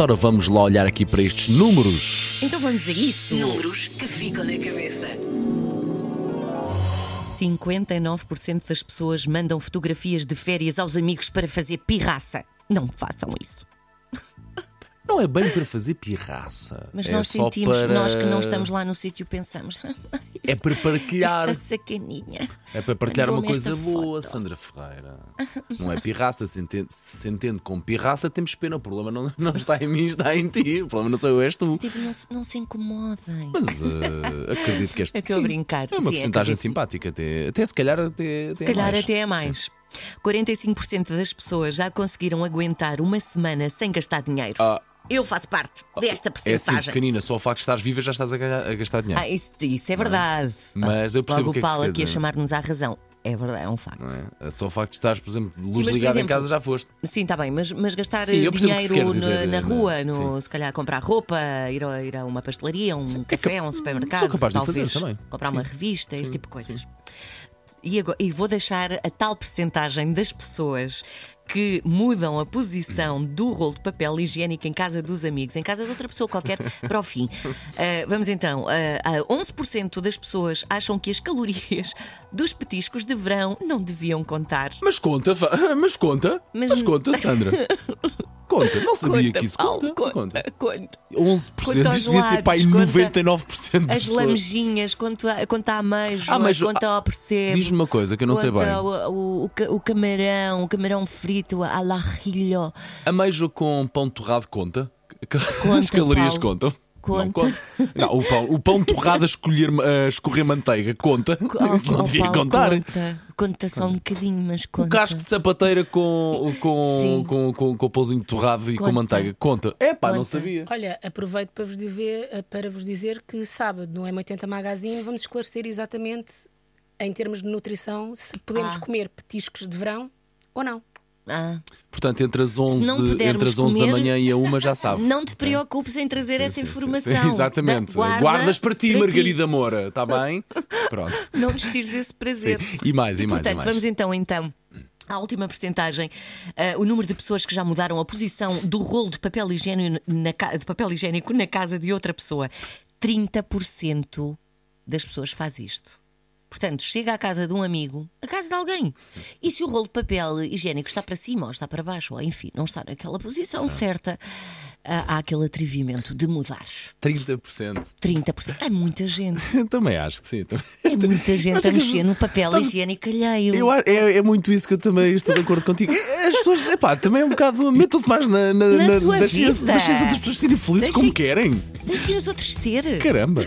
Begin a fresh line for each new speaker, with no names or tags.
Ora, vamos lá olhar aqui para estes números.
Então vamos a isso.
Números que ficam na cabeça.
59% das pessoas mandam fotografias de férias aos amigos para fazer pirraça. Não façam isso.
Não é bem para fazer pirraça.
Mas
é
nós
só
sentimos,
para-
nós que não estamos lá no sítio, pensamos.
É para partilhar.
Esta sacaninha.
É para partilhar uma
Mandou-me esta
coisa boa,
foto.
Sandra Ferreira. Não é pirraça. Se entende, se entende como pirraça, temos pena. O problema não, não está em mim, está em ti. O problema não sou eu, és tu.
Tipo, não, se- não se incomodem.
Mas eh, acredito que este
Eu estou a
sim,
brincar.
É uma
Sim,
porcentagem
acredito.
simpática. Até, até se calhar até, até
Se
é
calhar
mais.
até é mais. 45% das pessoas já conseguiram aguentar uma semana sem gastar dinheiro.
Ah.
Eu faço parte
É assim,
desta porcentagem.
pequenina, só o facto de estares viva já estás a, ganhar- a gastar dinheiro.
Ah, isso, isso é verdade.
Mas eu percebo
Logo
o que é que se
Paulo
quer
aqui a
dizer.
chamar-nos à razão. É verdade, é um facto.
não é? Só o facto de estares, por exemplo, de luz
mas, por
ligada em
exemplo,
casa já foste.
Sim, está bem, mas, mas gastar
Sim, eu percebo o que se
dinheiro
quer dizer, né?
na, na
Ana.
rua, no, se calhar comprar roupa, ir a, ir a uma pastelaria, um café, um
é
supermercado,
sou capaz de o
talvez,
fazer também.
comprar uma revista, esse tipo de coisas. E, agora- e vou deixar a tal percentagem das pessoas que mudam a posição do rolo de papel higiênico em casa dos amigos, em casa de outra pessoa qualquer, para o fim. Ah, vamos então, ah, ah, 11% das pessoas acham que as calorias dos petiscos de verão não deviam contar.
Mas conta, fa- mas conta, mas,
Mas-
conta, Sandra. Conta, não sabia que isso
Paulo,
conta.
conta, conta.
11%
Conta aos
isto devia ser pai
lados, conta
99% das
As
pessoas.
lamejinhas, quanto a, quanto a é ameijo,
Ah, mas-
quanto ao percebo.
Diz-me uma coisa que eu não sei
quanto
bem.
ao- tá o, o, ca- o camarão, o camarão frito, a la rilho.
Ameijo com pão torrado conta? As
Conta,
calorias
Paulo.
contam? Não,
Conta.
Não, o, pão, o pão torrado a, escolher, a escorrer manteiga conta.
Ao-
Isso não
ao
devia
Oh, Paulo,
contar.
Conta, conta só um bocadinho, mas conta.
O casco de sapateira com, com,
Sim.
com, com, com o pãozinho torrado e com
Conta.
manteiga conta. É pá, não
Conta.
sabia.
Olha, aproveito para vos, dizer, para vos dizer que sábado no M80 Magazine vamos esclarecer exatamente, em termos de nutrição, se podemos
Ah.
comer petiscos de verão ou não.
Ah,
Portanto, entre as 11,
não pudermos
entre as 11 da
comer,
manhã e a 1 já sabe.
não te preocupes em trazer essa
É. Sim, sim, sim.
informação.
Exatamente.
Guarda
Guardas para ti,
para
Margarida Moura, está bem? Pronto.
Não nos tires esse prazer.
E mais, e mais,
Portanto,
e mais.
vamos então então. à última percentagem, ah, o número de pessoas que já mudaram a posição do rolo de papel, higiênio na ca- de papel higiênico na casa de outra pessoa. 30% das pessoas faz isto. Portanto, chega à casa de um amigo, à casa de alguém. E se o rolo de papel higiênico está para cima ou está para baixo, ou enfim, não está naquela posição certa, ah, há aquele atrevimento de mudar.
30%.
30%. É muita gente.
também acho que sim. também.
É muita gente
Mas é
a
que as-
mexer no papel
sabe-
higiênico alheio.
Eu, a- é, é muito isso que eu também estou de acordo contigo. As pessoas, epá, também é um bocado. Metam-se mais na. na,
Na sua
deixem as-
vida.
deixem as outras pessoas serem felizes
Deixem-
como querem.
Deixem os outros ser.
Caramba.